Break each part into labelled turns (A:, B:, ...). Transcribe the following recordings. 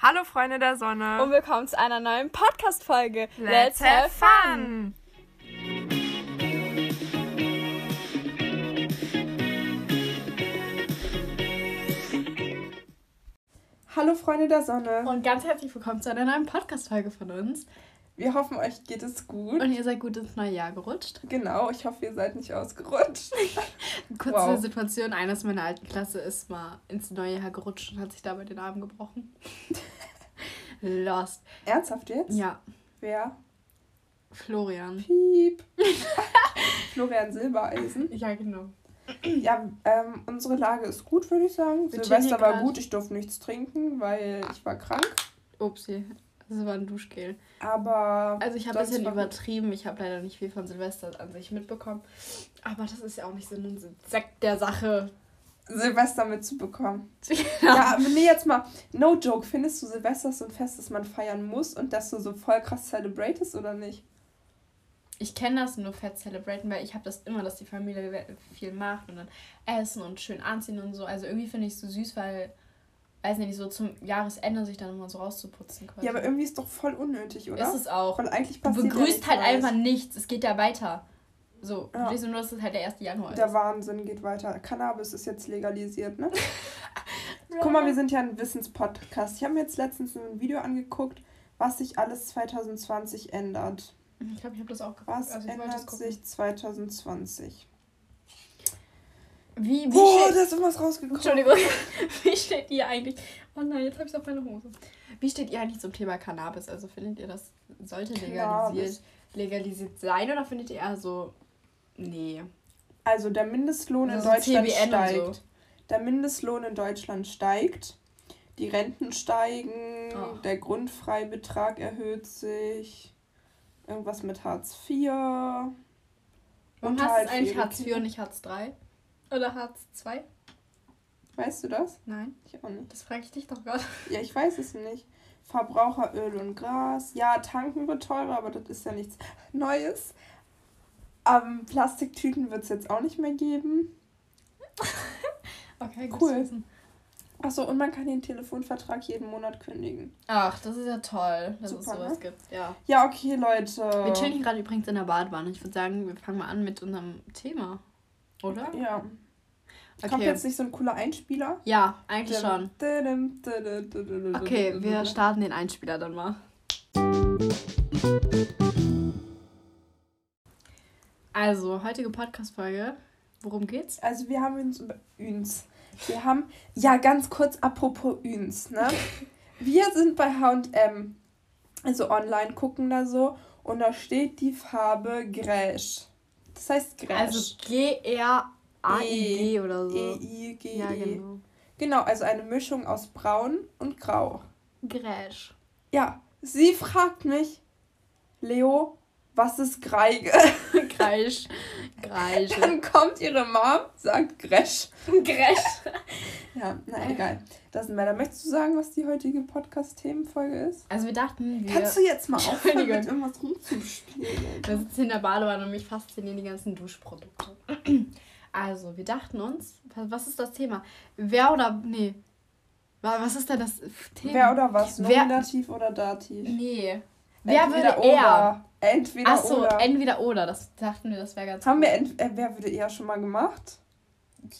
A: Hallo Freunde der Sonne.
B: Und willkommen zu einer neuen Podcast-Folge.
C: Hallo Freunde der Sonne.
B: Und ganz herzlich willkommen zu einer neuen Podcast-Folge von uns.
C: Wir hoffen, euch geht es gut.
B: Und ihr seid gut ins neue Jahr gerutscht.
C: Genau, ich hoffe, ihr seid nicht ausgerutscht.
B: Kurze
C: Wow.
B: Situation: Einer aus meiner alten Klasse ist mal ins neue Jahr gerutscht und hat sich dabei den Arm gebrochen. Lost.
C: Ernsthaft jetzt?
B: Ja,
C: Wer?
B: Florian.
C: Piep. Florian Silbereisen.
B: Ja, genau.
C: Ja, ähm, unsere Lage ist gut, würde ich sagen.
B: Wir chillen hier
C: Silvester war
B: grad.
C: gut, ich durfte nichts trinken, weil ich war krank.
B: Upsi. Das war ein Duschgel.
C: Aber
B: Also ich habe ein
C: sonst
B: bisschen
C: war gut.
B: übertrieben. Ich habe leider nicht viel von Silvester an sich mitbekommen. Aber das ist ja auch nicht Sinn und Zweck der Sache. Also-
C: Silvester mitzubekommen. Ja, aber nee, jetzt mal. No joke, findest du Silvester ist so ein Fest, das man feiern muss und dass du so voll krass celebratest oder nicht?
B: Ich kenne das nur fett celebraten, weil ich habe das immer, dass die Familie we- viel macht und dann essen und schön anziehen und so. Also irgendwie finde ich es so süß, weil, weiß nicht, so zum Jahresende sich dann immer so rauszuputzen quasi.
C: Ja, aber irgendwie ist doch voll unnötig, oder?
B: ist es auch.
C: Weil eigentlich
B: Du
C: passiert ja
B: begrüßt
C: nichts
B: halt
C: Neues.
B: einfach nichts. Es geht ja weiter. So,
C: Ja.
B: ja. nur, dass es halt der 1. Januar
C: Der
B: ist.
C: Wahnsinn geht weiter. Cannabis ist jetzt legalisiert, ne? Guck mal, wir sind ja ein Wissenspodcast. Ich habe mir jetzt letztens ein Video angeguckt, was sich alles 2020 ändert.
B: Ich glaube, ich habe das auch geguckt.
C: Was
B: Also ich wollte das
C: ändert
B: gucken.
C: sich 2020?
B: Wie, wie
C: Boah,
B: steht-
C: da ist irgendwas rausgekommen.
B: Entschuldigung, wie steht ihr eigentlich? Oh nein, jetzt habe ich auf meine Hose. Wie steht ihr eigentlich zum Thema Cannabis? Also findet ihr, das sollte legalisiert,
C: Cannabis.
B: legalisiert sein oder findet ihr eher so, nee.
C: Also der Mindestlohn in
B: Also so
C: Deutschland
B: CBN und
C: steigt.
B: so.
C: Der Mindestlohn in Deutschland steigt. Die Renten steigen.
B: Oh.
C: Der Grundfreibetrag erhöht sich. Irgendwas mit Hartz IV.
B: Warum
C: Und
B: hast
C: halt
B: du eigentlich
C: viele
B: Hartz IV
C: Kinder.
B: und nicht Hartz III? Oder Hartz II?
C: Weißt du das?
B: Nein,
C: Ich auch nicht.
B: das frage ich dich doch gerade.
C: Ja, ich weiß es nicht. Verbraucheröl und Gras. Ja, tanken wird teurer, aber das ist ja nichts Neues. Ähm, Plastiktüten wird es jetzt auch nicht mehr geben.
B: Okay,
C: Cool.
B: zu wissen.
C: Achso, und man kann den Telefonvertrag jeden Monat kündigen.
B: Ach, das ist ja toll, dass es
C: Super,
B: sowas
C: ne?
B: gibt. Ja.
C: Ja, okay, Leute.
B: Wir chillen hier gerade übrigens in der Badewanne. Ich würde sagen, wir fangen mal an mit unserem Thema. Oder?
C: Ja. Kommt
B: Okay.
C: jetzt nicht so ein cooler Einspieler?
B: Ja, eigentlich schon. Okay,
C: Okay,
B: wir starten den Einspieler dann mal. Also, heutige Podcast-Folge. Worum geht's?
C: Also wir haben uns über uns. Wir haben, ja, ganz kurz apropos uns, ne? Wir sind bei HM, also online gucken da so, und da steht die Farbe Gräsch. Das heißt Gräsch.
B: Also G-R-A-I-D oder
C: E
B: so.
C: E-I-G-E.
B: Ja,
C: genau.
B: genau.
C: also eine Mischung aus Braun und Grau.
B: Gräsch.
C: Ja, sie fragt mich, Leo, was ist Greige?
B: Greisch. Greisch.
C: Dann kommt ihre Mom, sagt Äh. Gräsch.
B: Gräsch.
C: Ja, na egal. Das sind Männer. Möchtest du sagen, was die heutige Podcast-Themenfolge ist?
B: Also wir dachten, wir,
C: Kannst du jetzt mal aufhören,
B: Entschuldigung.
C: mit irgendwas rumzuspielen?
B: wir sitzen in der Badewanne und mich faszinieren die ganzen Duschprodukte. Also, wir dachten uns, was ist das Thema? Wer oder, nee, Wa- was ist denn das Thema?
C: Wer oder was?
B: Wer-
C: Nominativ oder Dativ?
B: Nee. Wer
C: Entweder
B: würde eher?
C: Oder. Entweder
B: Achso,
C: oder.
B: entweder oder. Das dachten wir, das wäre ganz
C: Haben
B: cool.
C: wir ent äh, Wer würde eher schon mal gemacht?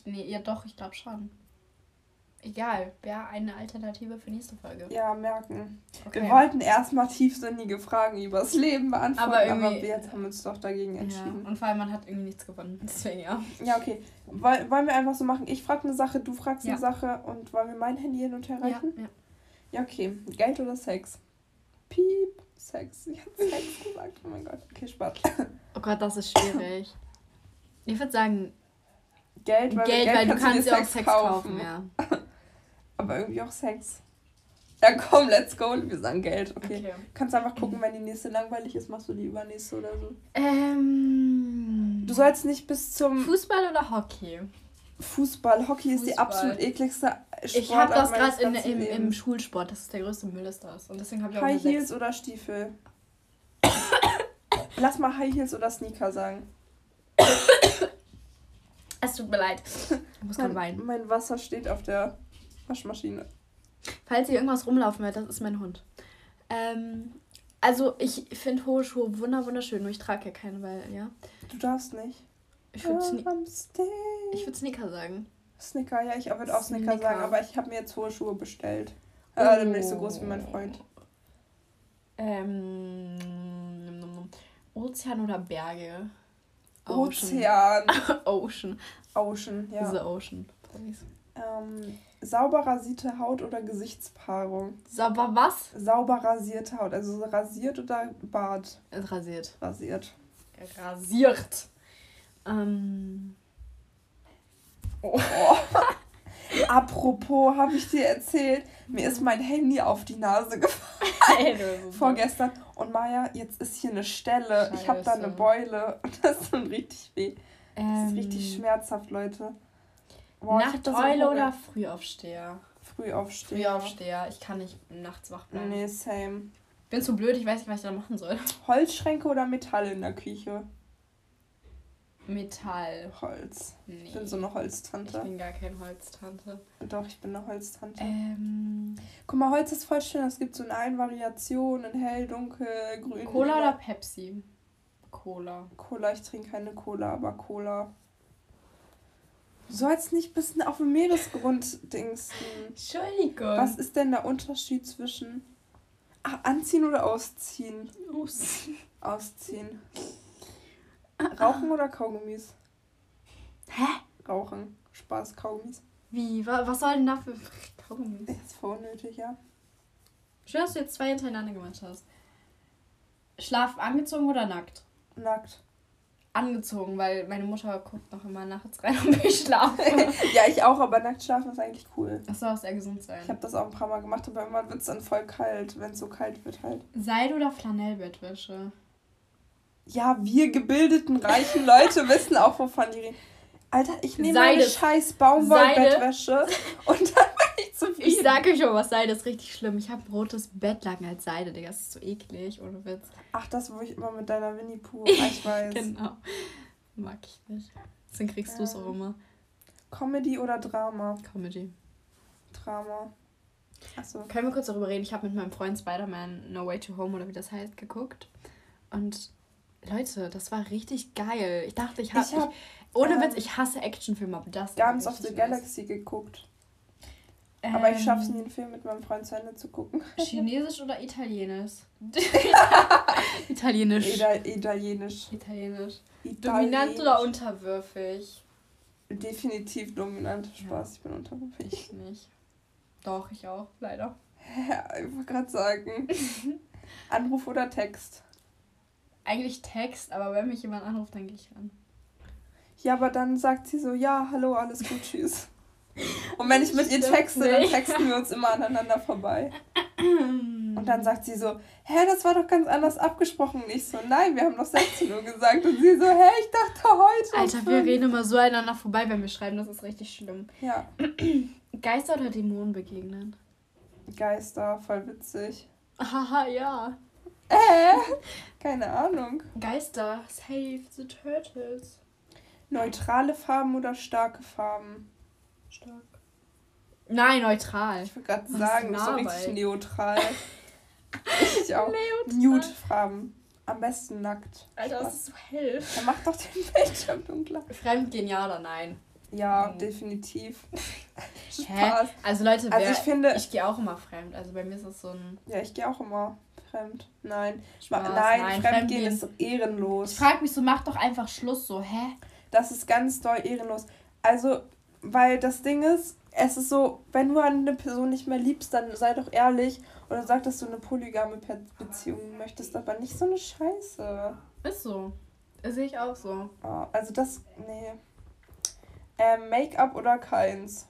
B: Nee, ja doch, ich glaube schon. Egal, wäre eine Alternative für nächste Folge.
C: Ja, merken.
B: Okay.
C: Wir wollten erstmal tiefsinnige Fragen übers Leben beantworten,
B: Aber
C: aber,
B: irgendwie-
C: wir jetzt haben uns doch dagegen
B: ja,
C: entschieden.
B: und vor allem, man hat irgendwie nichts gewonnen. Deswegen ja.
C: Ja, okay. Woll, wollen wir einfach so machen? Ich frage eine Sache, du fragst
B: Ja.
C: eine Sache und wollen wir mein Handy hin und her
B: ja,
C: reichen?
B: ja.
C: Ja, okay. Geld oder Sex? Piep. Sex. Ich hab Sex gesagt. Oh mein Gott. Okay, Spaß.
B: Oh Gott, das ist schwierig. Ich würde sagen,
C: Geld, weil,
B: Geld,
C: Geld
B: weil du kannst
C: dir
B: ja auch Sex kaufen, ja.
C: Aber irgendwie auch Sex. Ja, komm, let's go. Wir sagen Geld. Okay.
B: Okay.
C: Kannst einfach gucken, wenn die nächste langweilig ist, machst du die übernächste oder so.
B: Ähm.
C: Du sollst nicht bis zum
B: Fußball oder Hockey?
C: Fußball. Hockey ist die
B: Fußball.
C: absolut ekligste Sportart
B: Ich habe das
C: meines
B: gerade in,
C: ganzen
B: im, im
C: Lebens.
B: Schulsport, das ist der größte Müll, ist das. Und deswegen habe ich auch
C: High
B: eine
C: Heels oder Stiefel? Lass mal High Heels oder Sneaker sagen.
B: Es tut mir leid. Ich muss gerade
C: Mein,
B: weinen.
C: mein Wasser steht auf der Waschmaschine.
B: Falls hier irgendwas rumlaufen wird, das ist mein Hund. Ähm, also ich finde hohe Schuhe wunder wunderschön, nur ich trage ja keine, weil, ja.
C: Du darfst nicht.
B: Ich würde Sne
C: I'm staying.
B: ich würd Sneaker sagen.
C: Snicker, ja, ich würde auch Snicker,
B: Snicker.
C: sagen, aber ich habe mir jetzt hohe Schuhe bestellt. Äh, dann bin ich so groß wie mein
B: Oh.
C: Freund.
B: Ähm, nom, nom, nom. Ozean oder Berge?
C: Ozean.
B: Ocean. Ocean.
C: Ocean, ja.
B: The Ocean. Please.
C: Ähm, sauber rasierte Haut oder Gesichtspaarung?
B: Aber was?
C: Sauber rasierte Haut, also so rasiert oder Bart
B: Rasiert.
C: rasiert.
B: Rasiert. Ähm,
C: Oh. Apropos, habe ich dir erzählt, mir ist mein Handy auf die Nase gefallen
B: ey, du bist so-
C: vorgestern. Und Maja, jetzt ist hier eine Stelle. Ich habe da
B: Scheiße.
C: eine Beule. Und das tut richtig weh. Das ist richtig
B: Ähm,
C: schmerzhaft, Leute. Boah, ich hab da so
B: Nachteule
C: Hunger.
B: oder Frühaufsteher?
C: Früh aufstehen.
B: Frühaufsteher. Ich kann nicht nachts wach bleiben.
C: Nee, same.
B: Bin zu blöd, ich weiß nicht, was ich da machen soll.
C: Holzschränke oder Metall in der Küche?
B: Metall.
C: Holz.
B: Nee.
C: Ich bin so eine
B: Ich
C: Holztante.
B: bin gar kein Holztante.
C: Doch, ich bin eine Holztante.
B: Ähm,
C: Guck mal, Holz ist voll schön. Es gibt so in allen Variationen. In hell, dunkel, grün.
B: Cola
C: lila.
B: oder Pepsi? Cola.
C: Cola? Ich trinke keine Cola, aber Cola. Du sollst nicht bis auf den Meeresgrund dingsen.
B: Entschuldigung.
C: Was ist denn der Unterschied zwischen... Ach, anziehen oder ausziehen?
B: los?
C: Ausziehen. Rauchen oder Kaugummis?
B: Hä?
C: Rauchen. Spaß, Kaugummis.
B: Wie? Wa was soll denn dafür? Kaugummi.
C: Das ist voll unnötig, ja.
B: Schön, dass du jetzt zwei hintereinander gemacht hast. Schlaf angezogen oder nackt?
C: Nackt.
B: Angezogen, weil meine Mutter guckt noch immer nachts rein, um ob ich schlafe.
C: ja, ich auch, aber nackt schlafen ist eigentlich cool.
B: Das soll auch sehr gesund
C: Ich
B: sein.
C: habe das auch ein paar Mal gemacht, aber immer wird es dann voll kalt, wenn es so kalt wird halt.
B: Seide oder Flanellbettwäsche?
C: Ja, wir gebildeten, reichen Leute wissen auch, wovon die reden. Alter, ich nehme meine
B: Seide.
C: scheiß
B: Seide.
C: Baumwollbettwäsche und dann bin ich zufrieden.
B: Ich sag euch schon, was Seide ist richtig schlimm. Ich habe rotes Bettlaken als Seide, Digga. Das ist so eklig, ohne Witz.
C: Ach, das, wo ich immer mit deiner Winnie Pooh, Ah, ich weiß.
B: Genau. Mag ich nicht. Deswegen kriegst du es auch
C: Ähm.
B: immer.
C: Comedy oder Drama?
B: Comedy.
C: Drama. Achso.
B: Können wir kurz darüber reden? Ich habe mit meinem Freund Spider-Man No Way to Home oder wie das heißt geguckt. Und Leute, das war richtig geil. Ich dachte, ich habe.
C: Ich hab,
B: ohne
C: ähm,
B: Witz, ich hasse Actionfilme, aber das.
C: Guardians of
B: richtig
C: the
B: nice.
C: Galaxy geguckt. Aber ich
B: Ähm,
C: schaff's nie, den Film mit meinem Freund zu Ende zu gucken.
B: Chinesisch oder Italienisch? Italienisch.
C: Ida Italienisch.
B: Italienisch. Dominant oder unterwürfig?
C: Definitiv dominant. Spaß, ich bin unterwürfig.
B: Ich nicht. Doch, ich auch, leider.
C: Ja, ich wollte gerade sagen. Anruf oder Text?
B: Eigentlich Text, aber wenn mich jemand anruft, dann gehe ich an.
C: Ja, aber dann sagt sie so, ja, hallo, alles gut, tschüss. Und wenn ich mit ihr
B: Stimmt
C: texte, dann
B: nicht.
C: texten wir uns immer aneinander vorbei. Und dann sagt sie so, hä, das war doch ganz anders abgesprochen. Und ich so, nein, wir haben doch 16 Uhr gesagt. Und sie so, hä, ich dachte heute. um
B: Alter, wir
C: fünf."
B: reden immer so einander vorbei, wenn wir schreiben, das ist richtig schlimm.
C: Ja,
B: Geister oder Dämonen begegnen?
C: Geister, voll witzig.
B: Haha, ja.
C: Äh, keine Ahnung.
B: Geister, save the turtles.
C: Neutrale Farben oder starke Farben?
B: Stark. Nein, neutral.
C: Ich wollte gerade
B: Was
C: sagen, so
B: laber
C: richtig
B: ich?
C: neutral. ich auch. Nude-Farben. Am besten nackt.
B: Alter, das
C: Spaß.
B: ist so hell.
C: Dann mach doch den Bildschirm dunkler.
B: Fremdgehen, ja oder nein?
C: Ja,
B: Mhm.
C: definitiv.
B: Hä?
C: Spaß.
B: Also Leute, wer,
C: Also ich finde,
B: ich gehe auch immer fremd. Also bei mir ist das so ein
C: ja, ich gehe auch immer fremd. Nein, Ma-
B: Spaß.
C: nein, Fremdgehen ist ehrenlos.
B: Ich frag mich so, mach doch einfach Schluss so, hä?
C: Das ist ganz doll ehrenlos. Also, weil das Ding ist, es ist so, wenn du eine Person nicht mehr liebst, dann sei doch ehrlich oder sag, dass du eine polygame Pe- Beziehung möchtest, aber nicht so eine Scheiße.
B: Ist so. Sehe ich auch so.
C: Ah, also das, nee. Ähm, Make-up oder keins?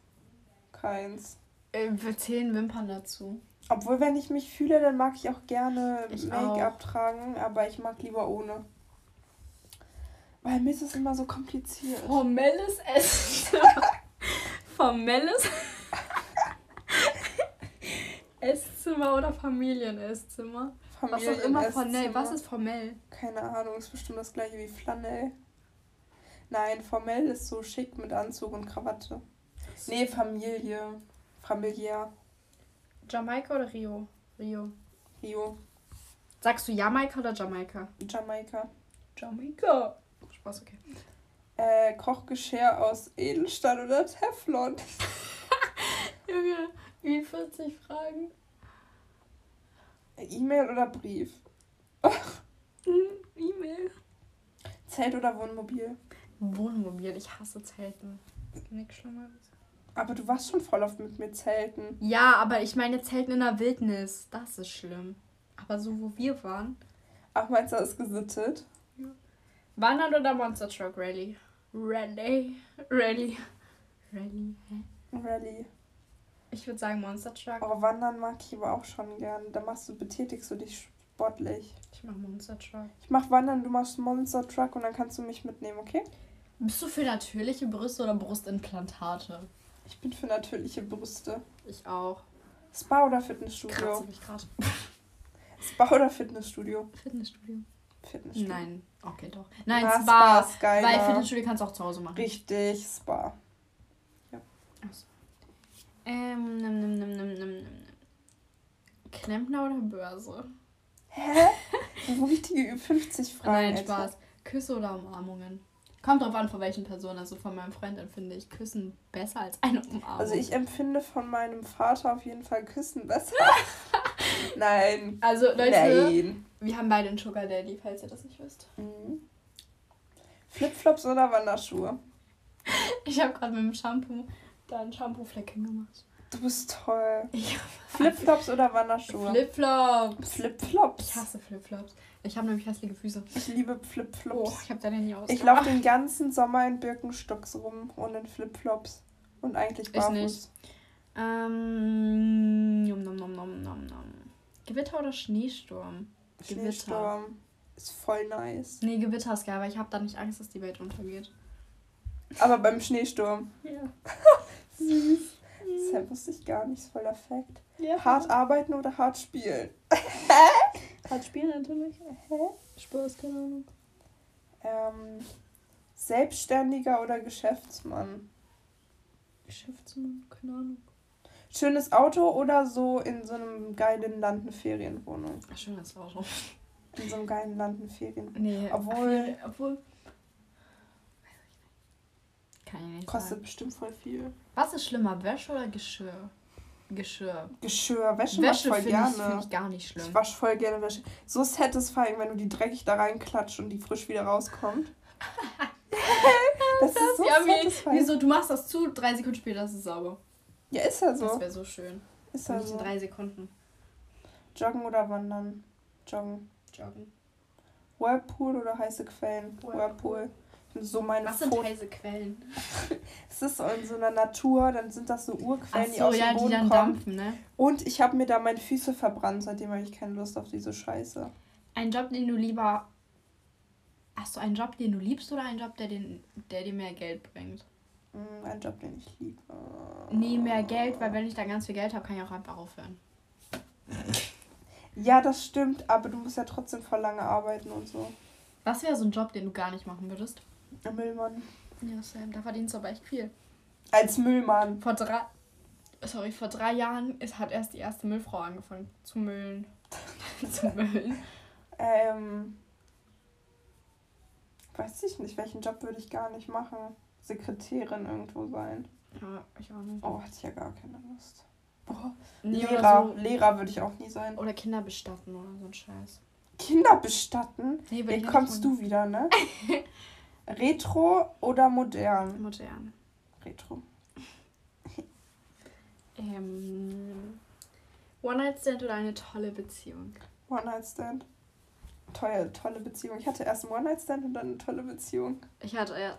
C: Keins.
B: Äh, Wir zählen Wimpern dazu.
C: Obwohl, wenn ich mich fühle, dann mag ich auch gerne
B: Ich
C: Make-up tragen, aber ich mag lieber ohne. Weil mir ist es immer so kompliziert.
B: Formelles Essen. Formelles Esszimmer oder Familienesszimmer? Was auch immer formell.
C: Familienesszimmer.
B: Was ist formell?
C: Keine Ahnung, ist bestimmt das gleiche wie Flanell. Nein, formell ist so schick mit Anzug und Krawatte. Nee, Familie. Familiär.
B: Jamaika oder Rio? Rio.
C: Rio,
B: Sagst du Jamaika oder Jamaika?
C: Jamaika.
B: Jamaika. Spaß, okay.
C: Äh, Kochgeschirr aus Edelstahl oder Teflon.
B: Junge, wie 40 Fragen.
C: E-Mail oder Brief.
B: Hm, E-Mail.
C: Zelt oder Wohnmobil.
B: Wohnmobil, ich hasse Zelten. Nichts Schlimmeres.
C: Aber du warst schon voll oft mit mir zelten.
B: Ja, aber ich meine Zelten in der Wildnis. Das ist schlimm. Aber so, wo wir waren.
C: Ach, meinst du, das ist gesittet?
B: Wandern oder Monster Truck Rally? Rally. Rally. Rally. Hä?
C: Rally.
B: Ich würde sagen Monster Truck.
C: Oh, wandern mag ich aber auch schon gern. Da machst du, betätigst du dich sportlich.
B: Ich mach Monster Truck.
C: Ich mach Wandern, du machst Monster Truck und dann kannst du mich mitnehmen, okay?
B: Bist du für natürliche Brüste oder Brustimplantate?
C: Ich bin für natürliche Brüste.
B: Ich auch.
C: Spa oder Fitnessstudio?
B: Kratze mich gerade.
C: Spa oder Fitnessstudio?
B: Fitnessstudio.
C: Fitnessstudio.
B: Nein. Okay, doch.
C: Nein,
B: Nein,
C: Na, Spa.
B: Spa.
C: ist geiler.
B: Weil Fitnessstudio kannst du auch zu Hause machen.
C: Richtig, Spa.
B: Ähm, nimm, nimm, nimm, nimm, nimm, nimm. Klempner oder Börse?
C: Hä? Wo richtige Ü50-Fragen?
B: Nein, Spaß. Küsse oder Umarmungen? Kommt drauf an, von welchen Personen. Also von meinem Freund empfinde ich Küssen besser als eine Umarmung.
C: Also ich empfinde von meinem Vater auf jeden Fall Küssen besser. Nein.
B: Also, Leute,
C: Nein.
B: wir haben beide einen Sugar Daddy, falls ihr das nicht wisst.
C: Mhm. Flipflops oder Wanderschuhe?
B: Ich habe gerade mit dem Shampoo da einen Shampoo-Flecken gemacht.
C: Du bist toll.
B: Ich
C: Flipflops oder Wanderschuhe?
B: Flipflops. Ich
C: Flipflops.
B: hasse Flipflops. Ich habe nämlich hässliche Füße.
C: Ich liebe
B: Oh,
C: Flipflops.
B: ich habe da nie aus.
C: ich laufe den ganzen Sommer in Birkenstocks rum und in Flipflops. Und eigentlich
B: Ich
C: barfuß.
B: nicht. Ähm, nom, nom, nom, nom, nom, nom. Gewitter oder Schneesturm? Gewitter.
C: Schneesturm. Ist voll nice.
B: Nee, Gewitter ist geil, aber ich habe da nicht Angst, dass die Welt untergeht.
C: Aber beim Schneesturm.
B: Ja.
C: Süß. Deshalb wusste ich gar nicht. Ist voll der Fact.
B: ja.
C: Hart arbeiten oder hart spielen?
B: Hart spielen natürlich.
C: Hä?
B: Spaß, keine Ahnung.
C: Ähm, Selbstständiger oder Geschäftsmann?
B: Geschäftsmann, keine Ahnung.
C: Schönes Auto oder so in so einem geilen Land eine Ferienwohnung?
B: Ach, schön, das war schon.
C: In so einem geilen Land eine Ferienwohnung.
B: Nee,
C: Obwohl-
B: Obwohl. Kann ich nicht
C: Kostet
B: Kostet.
C: bestimmt voll viel.
B: sagen. Was ist schlimmer, Wäsche oder Geschirr? Geschirr.
C: Geschirr, Wäsche,
B: Wäsche
C: mach ich voll
B: finde ich,
C: gerne.
B: find ich gar nicht
C: ich,
B: schlimm.
C: wasche voll gerne Wäsche. So satisfying, wenn du die dreckig da reinklatscht und die frisch wieder rauskommt. das ist so
B: ja, wie,
C: satisfying.
B: wie so, du machst das zu, drei Sekunden später ist es sauber.
C: Ja, ist ja
B: Das
C: so.
B: wäre so schön.
C: Ist ja
B: Nicht in
C: so.
B: drei Sekunden
C: Joggen oder wandern? Joggen.
B: joggen.
C: Whirlpool oder heiße Quellen?
B: Whirlpool.
C: Whirlpool. So meine
B: Was sind
C: Fo-
B: heiße Quellen?
C: Es ist so in so einer Natur, dann sind das so Urquellen, die
B: Achso,
C: aus
B: ja,
C: dem
B: die
C: Boden
B: dann
C: kommen.
B: dampfen, ne?
C: Und ich habe mir da meine Füße verbrannt, seitdem habe ich keine Lust auf diese Scheiße.
B: Ein Job, den du lieber. Hast du einen Job, den du liebst oder einen Job, der, den, der dir mehr Geld bringt?
C: Mm, Ein Job, den ich liebe. Oh.
B: Nee, mehr Geld, weil wenn ich dann ganz viel Geld habe, kann ich auch einfach aufhören.
C: Ja, das stimmt, aber du musst ja trotzdem voll lange arbeiten und so.
B: Was wäre so ein Job, den du gar nicht machen würdest?
C: Ein Müllmann.
B: Ja, Sam, da verdienst du aber echt viel.
C: Als Müllmann.
B: Vor drei. Sorry, vor drei Jahren ist, hat erst die erste Müllfrau angefangen zu müllen. zu müllen.
C: Ähm. Weiß ich nicht, welchen Job würde ich gar nicht machen. Sekretärin irgendwo sein.
B: Ja, ich auch nicht.
C: Oh, hatte ich ja gar keine Lust. Boah.
B: Nee,
C: Lehrer.
B: Oder,
C: Lehrer würde ich auch nie sein.
B: so, oder Kinder bestatten oder so ein Scheiß.
C: Kinder bestatten?
B: Nee,
C: Hier kommst du wieder, ne? Retro oder modern?
B: Modern.
C: Retro.
B: Ähm. One-Night-Stand oder eine tolle Beziehung?
C: One-Night-Stand. Toll, tolle Beziehung. Ich hatte erst einen One-Night-Stand und dann eine tolle Beziehung.
B: Ich hatte, ja,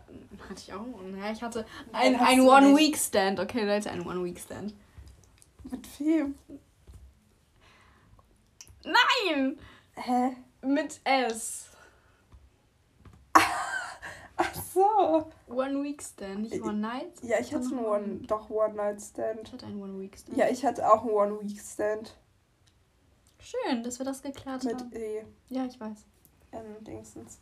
B: hatte ich auch, naja, ich hatte
C: Nein,
B: ein,
C: hast
B: ein
C: du nicht.
B: One-Week-Stand, okay Leute, ein One-Week-Stand.
C: Mit wem?
B: Nein,
C: Hä?
B: mit S.
C: Ach so.
B: One-Week-Stand,
C: Äh,
B: nicht One-Night.
C: Ja, ich hatte einen One, doch
B: Ich
C: One-Night-Stand.
B: hatte einen One-Week-Stand.
C: Ja, ich hatte auch einen One-Week-Stand.
B: Schön, dass wir das geklärt haben.
C: Mit E.
B: Ja, ich weiß.
C: Ähm, Dingsens.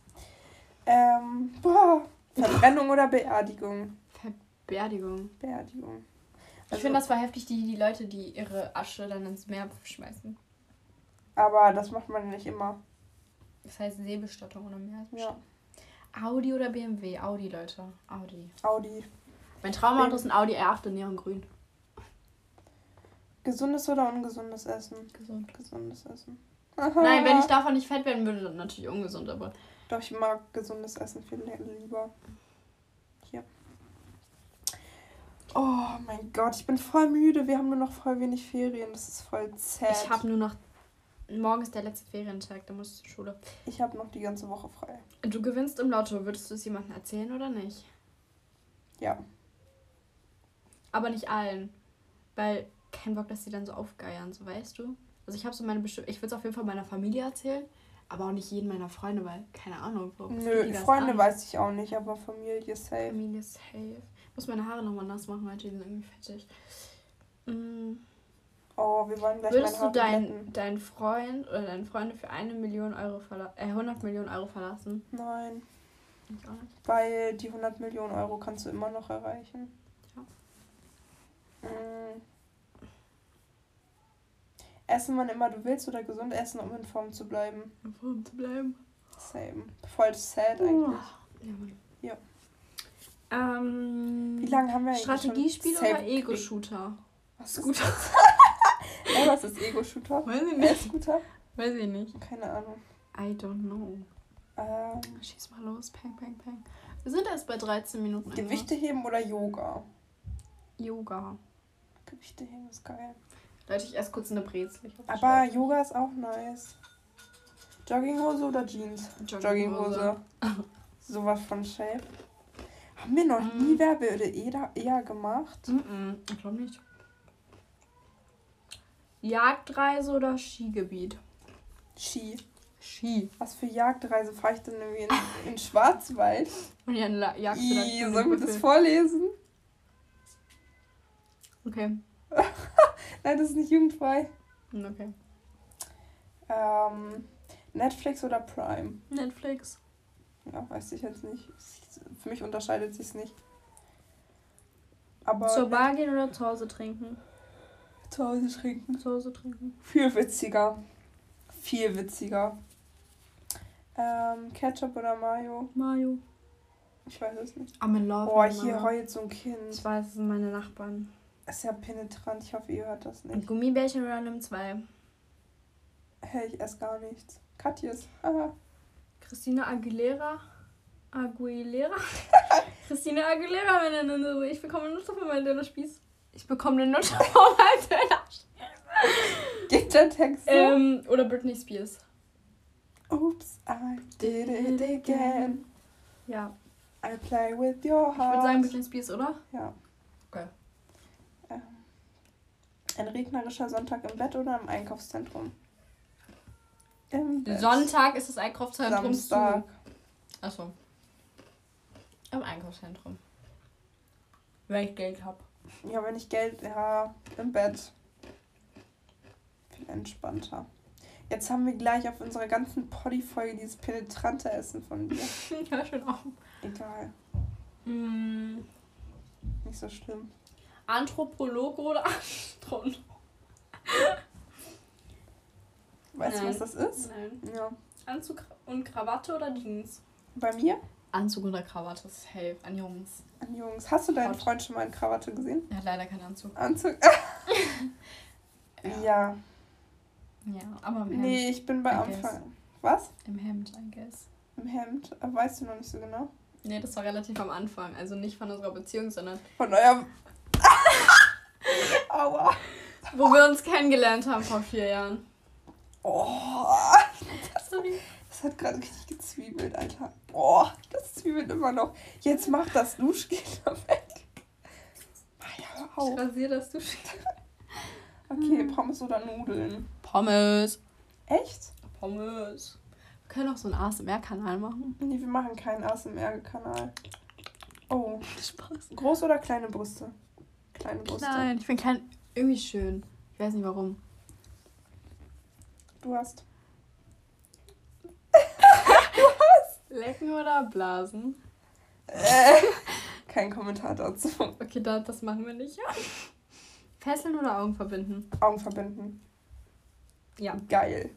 C: Ähm, boah. Verbrennung oder Beerdigung?
B: Beerdigung.
C: Beerdigung.
B: ich finde, das war heftig, die, die Leute, die ihre Asche dann ins Meer schmeißen.
C: Aber das macht man nicht immer.
B: Das heißt Seebestattung oder Meeresbestattung.
C: Ja.
B: Audi oder BMW? Audi, Leute. Audi.
C: Audi.
B: Mein Traumauto ist ein Audi R8 in neongrün.
C: Gesundes oder ungesundes Essen?
B: Gesund.
C: Gesundes Essen.
B: Nein, wenn ich davon nicht fett werden würde, dann natürlich ungesund, aber.
C: Doch, ich mag gesundes Essen viel le- lieber. Hier. Oh mein Gott, ich bin voll müde. Wir haben nur noch voll wenig Ferien. Das ist voll zäh.
B: Ich habe nur noch. Morgen ist der letzte Ferientag, da musst du zur Schule.
C: ich hab noch die ganze Woche frei.
B: Du gewinnst im Lotto, würdest du es jemandem erzählen oder nicht?
C: Ja.
B: Aber nicht allen. Weil kein Bock, dass die dann so aufgeiern, so weißt du? Also ich habe so meine bestimmte. Ich würde es auf jeden Fall meiner Familie erzählen, aber auch nicht jedem meiner Freunde, weil keine Ahnung, wo.
C: Nö, Freunde weiß ich auch nicht, aber Familie safe.
B: Familie safe. Ich muss meine Haare nochmal nass machen, heute die sind irgendwie fettig. Mm.
C: Oh, wir wollen gleich
B: Würdest
C: mein
B: du
C: Haar glätten.
B: deinen deinen Freund oder deine Freunde für eine Million Euro verla äh, 100 Millionen Euro verlassen?
C: Nein,
B: Ich auch nicht.
C: weil die 100 Millionen Euro kannst du immer noch erreichen.
B: Ja.
C: Mm. Essen, wann immer du willst oder gesund essen, um in Form zu bleiben.
B: Um Form zu bleiben.
C: Same. Voll sad
B: Uh.
C: eigentlich.
B: Ja, Mann.
C: Ja.
B: Oh. Ähm,
C: Wie lange haben wir eigentlich
B: Strategiespiel
C: schon? Safe
B: oder Ego-Shooter?
C: Was ist,
B: Scooter?
C: Ey, was ist Ego-Shooter?
B: Weiß ich
C: Wer
B: nicht.
C: ist Scooter?
B: Weiß ich nicht.
C: Keine Ahnung.
B: I don't know.
C: Ähm,
B: Schieß mal los. Peng, peng, peng. Wir sind erst bei 13 Minuten. Emma.
C: Gewichte heben oder Yoga?
B: Yoga.
C: Gewichte heben ist geil.
B: Leute, ich esse kurz eine Brezel. Ich hoffe, es
C: Aber Yoga ist auch nice. Jogginghose oder Jeans?
B: schmeckt.
C: Jogginghose. Sowas von Shape. Haben wir noch nie
B: Mm.
C: Werbe oder eher, eher gemacht?
B: Mm-mm, ich glaube nicht. Jagdreise oder Skigebiet?
C: Ski.
B: Ski.
C: Was für Jagdreise fahre ich denn irgendwie in, in Schwarzwald?
B: Und ja, La Jagd
C: Ih, sollen wir das vorlesen?
B: Okay.
C: Nein, das ist nicht jugendfrei.
B: Hm, okay.
C: Ähm, Netflix oder Prime?
B: Netflix.
C: Ja, weiß ich jetzt nicht. Für mich unterscheidet sich's nicht. Aber
B: Zur Bar gehen oder zu Hause trinken?
C: zu Hause trinken.
B: Zu Hause trinken.
C: Viel witziger. Viel witziger. Ähm, Ketchup oder Mayo?
B: Mario.
C: Ich weiß es nicht.
B: I'm in love.
C: Boah,
B: with
C: hier
B: Mario.
C: heult so ein Kind.
B: Ich weiß, es sind meine Nachbarn.
C: Ist ja penetrant. Ich hoffe, ihr hört das nicht.
B: Gummibärchen Random 2.
C: Hey, ich esse gar nichts. Katjes. Ah,
B: Christina Aguilera. Aguilera? Christina Aguilera, meine Nennung. Ich bekomme eine Nutte von meinem Dönerspieß. Ich bekomme eine Nutte von meinem Dönerspieß.
C: geht der Text so?
B: Ähm, oder Britney Spears.
C: Oops, I did it again.
B: Ja.
C: I play with your
B: Ich würde sagen
C: heart.
B: Britney Spears, oder?
C: Ja.
B: Okay.
C: Ähm, ein regnerischer Sonntag im Bett oder im Einkaufszentrum? Im Bett.
B: Sonntag ist das Einkaufszentrum
C: Samstag.
B: zu. Achso. Im Einkaufszentrum. Weil ich Geld habe.
C: Ja, wenn ich Geld, ja, im Bett. Viel entspannter. Jetzt haben wir gleich auf unserer ganzen Poddy-Folge dieses penetrante Essen von dir.
B: ja, schön auch.
C: Egal,
B: Mm,
C: nicht so schlimm.
B: Anthropologe oder Astronaut?
C: Weißt du, was
B: Nein.
C: das ist?
B: Nein.
C: Ja.
B: Anzug und Krawatte oder Jeans?
C: Bei mir?
B: Anzug oder Krawatte ist safe an Jungs.
C: An Jungs. Hast du deinen
B: Hot.
C: Freund schon mal in Krawatte gesehen?
B: Er hat leider keinen Anzug.
C: Anzug?
B: Ja.
C: ja.
B: Ja, aber im Hemd.
C: Nee, ich bin bei
B: I guess.
C: Anfang. Was?
B: Im Hemd, I guess.
C: Im Hemd? Aber Weißt du noch nicht so genau?
B: Nee, das war relativ am Anfang. Also nicht von unserer Beziehung, sondern
C: Von eurem. Aua.
B: wo wir uns kennengelernt haben vor vier Jahren.
C: Oh.
B: Sorry.
C: Das hat gerade richtig gezwiebelt, Alter. Boah, das zwiebelt immer noch. Jetzt mach das Duschgel da weg. Maja, hör
B: Ich
C: auf.
B: rasiere das du
C: Okay,
B: Hm.
C: Pommes oder Nudeln?
B: Pommes.
C: Echt?
B: Pommes. Wir können auch so einen ASMR-Kanal machen.
C: Nee, wir machen keinen ASMR-Kanal. Oh,
B: Spaß.
C: große oder kleine Brüste? Kleine Brüste.
B: Nein, ich bin klein. Irgendwie schön. Ich weiß nicht warum.
C: Du hast.
B: Lecken oder blasen?
C: Äh, kein Kommentar dazu.
B: Okay, da, das machen wir nicht. Fesseln oder Augen verbinden?
C: Augen verbinden.
B: Ja.
C: Geil.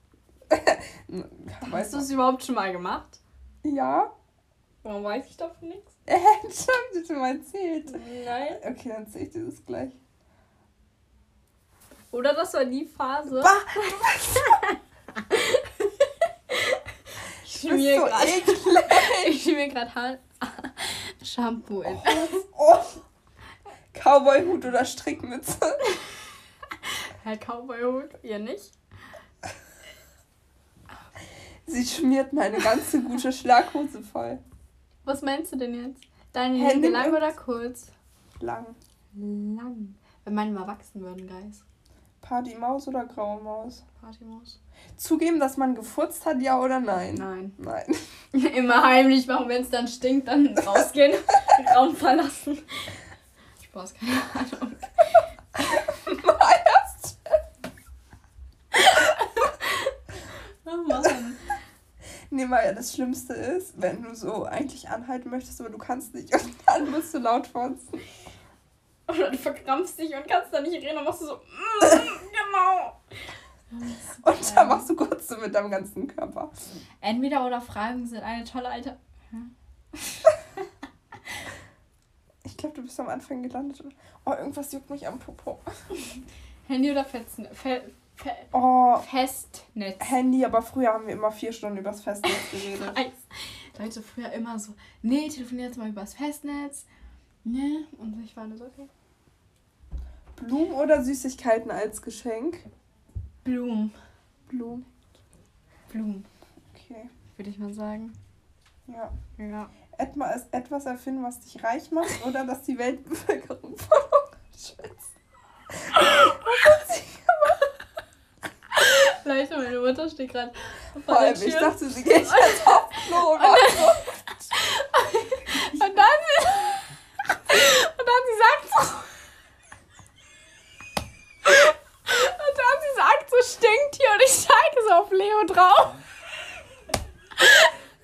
B: Hast
C: weißt
B: du es überhaupt schon mal gemacht?
C: du? Ja.
B: Warum weiß ich davon nichts?
C: Ich hab dir schon mal erzählt.
B: Nein.
C: Okay, dann sehe ich dieses gleich.
B: Oder das war die Phase.
C: Bah,
B: ich
C: du bist so
B: grad-
C: eklig.
B: ich schieb mir gerade Haar. Shampoo in.
C: Oh. Cowboyhut oder Strickmütze.
B: Herr Cowboyhut, ihr nicht?
C: Sie schmiert meine ganze gute Schlaghose voll.
B: Was meinst du denn jetzt? Deine
C: Hä,
B: Nägel
C: nimm
B: lang
C: irgend-
B: oder kurz?
C: Lang.
B: Lang. Wenn meine mal wachsen würden, Guys.
C: Partymaus oder graue Maus?
B: Partymaus.
C: Zugeben, dass man gefurzt hat, ja oder nein?
B: Nein.
C: Nein.
B: Immer heimlich machen, wenn es dann stinkt, dann rausgehen, den Raum verlassen. Spaß, keine Ahnung.
C: Meierst.
B: Oh Mann.
C: Nee, Maya, das Schlimmste ist, wenn du so eigentlich anhalten möchtest, aber du kannst nicht und dann musst du laut furzen.
B: Oder du verkrampfst dich und kannst da nicht reden und machst du so, mm, genau.
C: Und dann machst du kurz so mit deinem ganzen Körper.
B: Entweder oder Fragen sind eine tolle alte.
C: Ich glaube, du bist am Anfang gelandet. Oh, irgendwas juckt mich am Popo.
B: Handy oder Fetzen. Fe Fe
C: Oh,
B: Festnetz.
C: Handy, aber früher haben wir immer vier Stunden übers Festnetz geredet.
B: Eis. Leute früher immer so, nee, telefonier jetzt mal übers Festnetz. Ne? Und ich war nur so, okay.
C: Blumen oder Süßigkeiten als Geschenk?
B: Blumen.
C: Blumen.
B: Blumen,
C: Okay,
B: würde ich mal sagen.
C: ja.
B: Ja.
C: Etwas, etwas erfinden, was dich reich macht oder dass die Weltbevölkerung von Hunger schützt.
B: Leute, meine Mutter steht gerade vor
C: Vor
B: der
C: allem, ich
B: Tür.
C: dachte, sie geht jetzt auf Klo oder so.
B: Und dann, und dann sie sagt so. Und dann sie sagt so, stinkt hier und ich zeige so auf Leo drauf.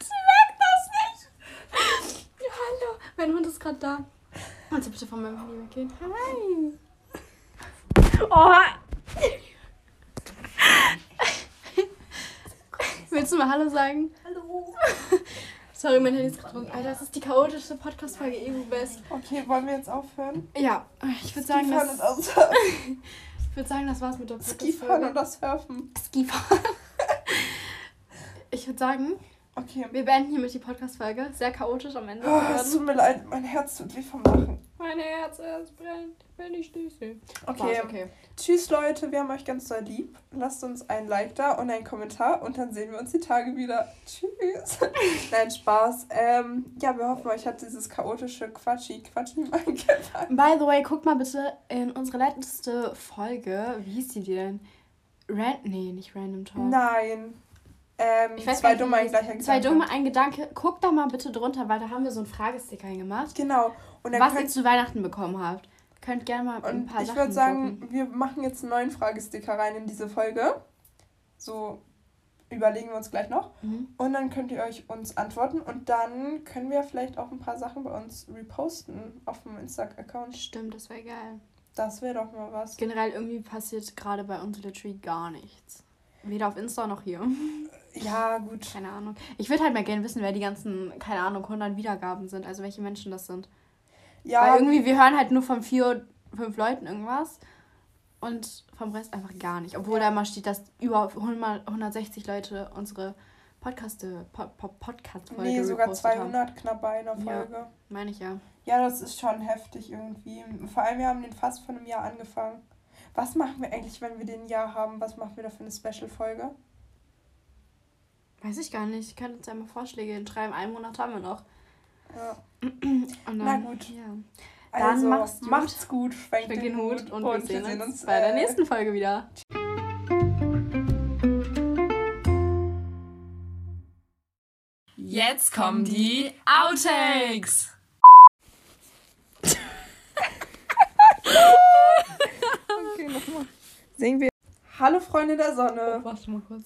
B: Sie merkt das nicht. Ja, hallo, mein Hund ist gerade da. Kannst du bitte von meinem Handy weggehen? Hi. Oh. Willst du mal Hallo sagen?
C: Hallo.
B: Sorry, mein Handy ist getrunken. Alter, das ist die chaotischste Podcast-Folge eh, Ego Best.
C: Okay, wollen wir jetzt aufhören?
B: Ja, ich würde sagen,
C: Skifahren
B: das,
C: und außer
B: ich würd sagen, das war's mit der
C: Skifahren
B: Podcast-Folge.
C: oder Surfen.
B: Skifahren. Ich würde sagen,
C: Okay.
B: wir beenden hiermit die Podcast-Folge. Sehr chaotisch am Ende.
C: Oh, es
B: geworden.
C: tut mir leid, mein Herz tut weh vom Lachen.
B: mein Herz, es brennt, wenn ich dich sehe.
C: Okay.
B: Spaß, okay.
C: Tschüss, Leute, wir haben euch ganz doll lieb. Lasst uns ein Like da und einen Kommentar und dann sehen wir uns die Tage wieder. Tschüss. Nein, Spaß. Ähm, ja, wir hoffen, euch hat dieses chaotische Quatschi-Quatschi mal gefallen.
B: By the way, guck mal bitte in unsere letzte Folge. Wie hieß die denn? Ran nee, nicht Random Talk.
C: Nein. Ähm,
B: Ich weiß
C: zwei
B: gar nicht,
C: dumme,
B: wie
C: ein
B: die
C: gleicher
B: Zwei
C: Gedanke.
B: dumme, ein Gedanke. Guck da mal bitte drunter, weil da haben wir so einen Fragesticker hingemacht.
C: Genau. Und dann
B: was ihr
C: könnt,
B: zu Weihnachten bekommen habt. Könnt gerne mal ein
C: und
B: paar
C: ich
B: Sachen
C: würde sagen,
B: gucken.
C: wir machen jetzt einen neuen Fragesticker rein in diese Folge. So überlegen wir uns gleich noch.
B: Mhm.
C: Und dann könnt ihr euch uns antworten und dann können wir vielleicht auch ein paar Sachen bei uns reposten auf dem Insta-Account.
B: Stimmt, das wäre geil.
C: Das wäre doch mal was.
B: Generell irgendwie passiert gerade bei uns literally gar nichts. Weder auf Insta noch hier.
C: Ja, gut.
B: Keine Ahnung. Ich würde halt mal gerne wissen, wer die ganzen, keine Ahnung, 100 Wiedergaben sind. Also welche Menschen das sind. Weil
C: Ja,
B: irgendwie, wir hören halt nur von vier, fünf Leuten irgendwas. Und vom Rest einfach gar nicht. Obwohl da immer steht, dass über 100, 160 Leute unsere Podcaste, po, po, Podcast-Folge
C: nee, sogar
B: repostet haben.
C: 200 knapp bei einer
B: Ja.
C: Folge. Ja.
B: Meine ich ja.
C: das ist schon heftig irgendwie. Vor allem, wir haben den fast vor einem Jahr angefangen. Was machen wir eigentlich, wenn wir den Jahr haben? Was machen wir da für eine Special-Folge?
B: Weiß ich gar nicht. Ich könnte uns einmal Vorschläge schreiben. Einen Monat haben wir noch.
C: Ja.
B: Und
C: Na gut.
B: Ja. Dann
C: Also,
B: mach's gut.
C: macht's gut, schwenkt
B: Schwenk den Hut und, wir sehen uns, bei
C: äh,
B: der nächsten Folge wieder.
A: Jetzt kommen die Outtakes.
C: Okay, nochmal. Sehen wir. Hallo, Freunde der Sonne.
B: Warte mal kurz.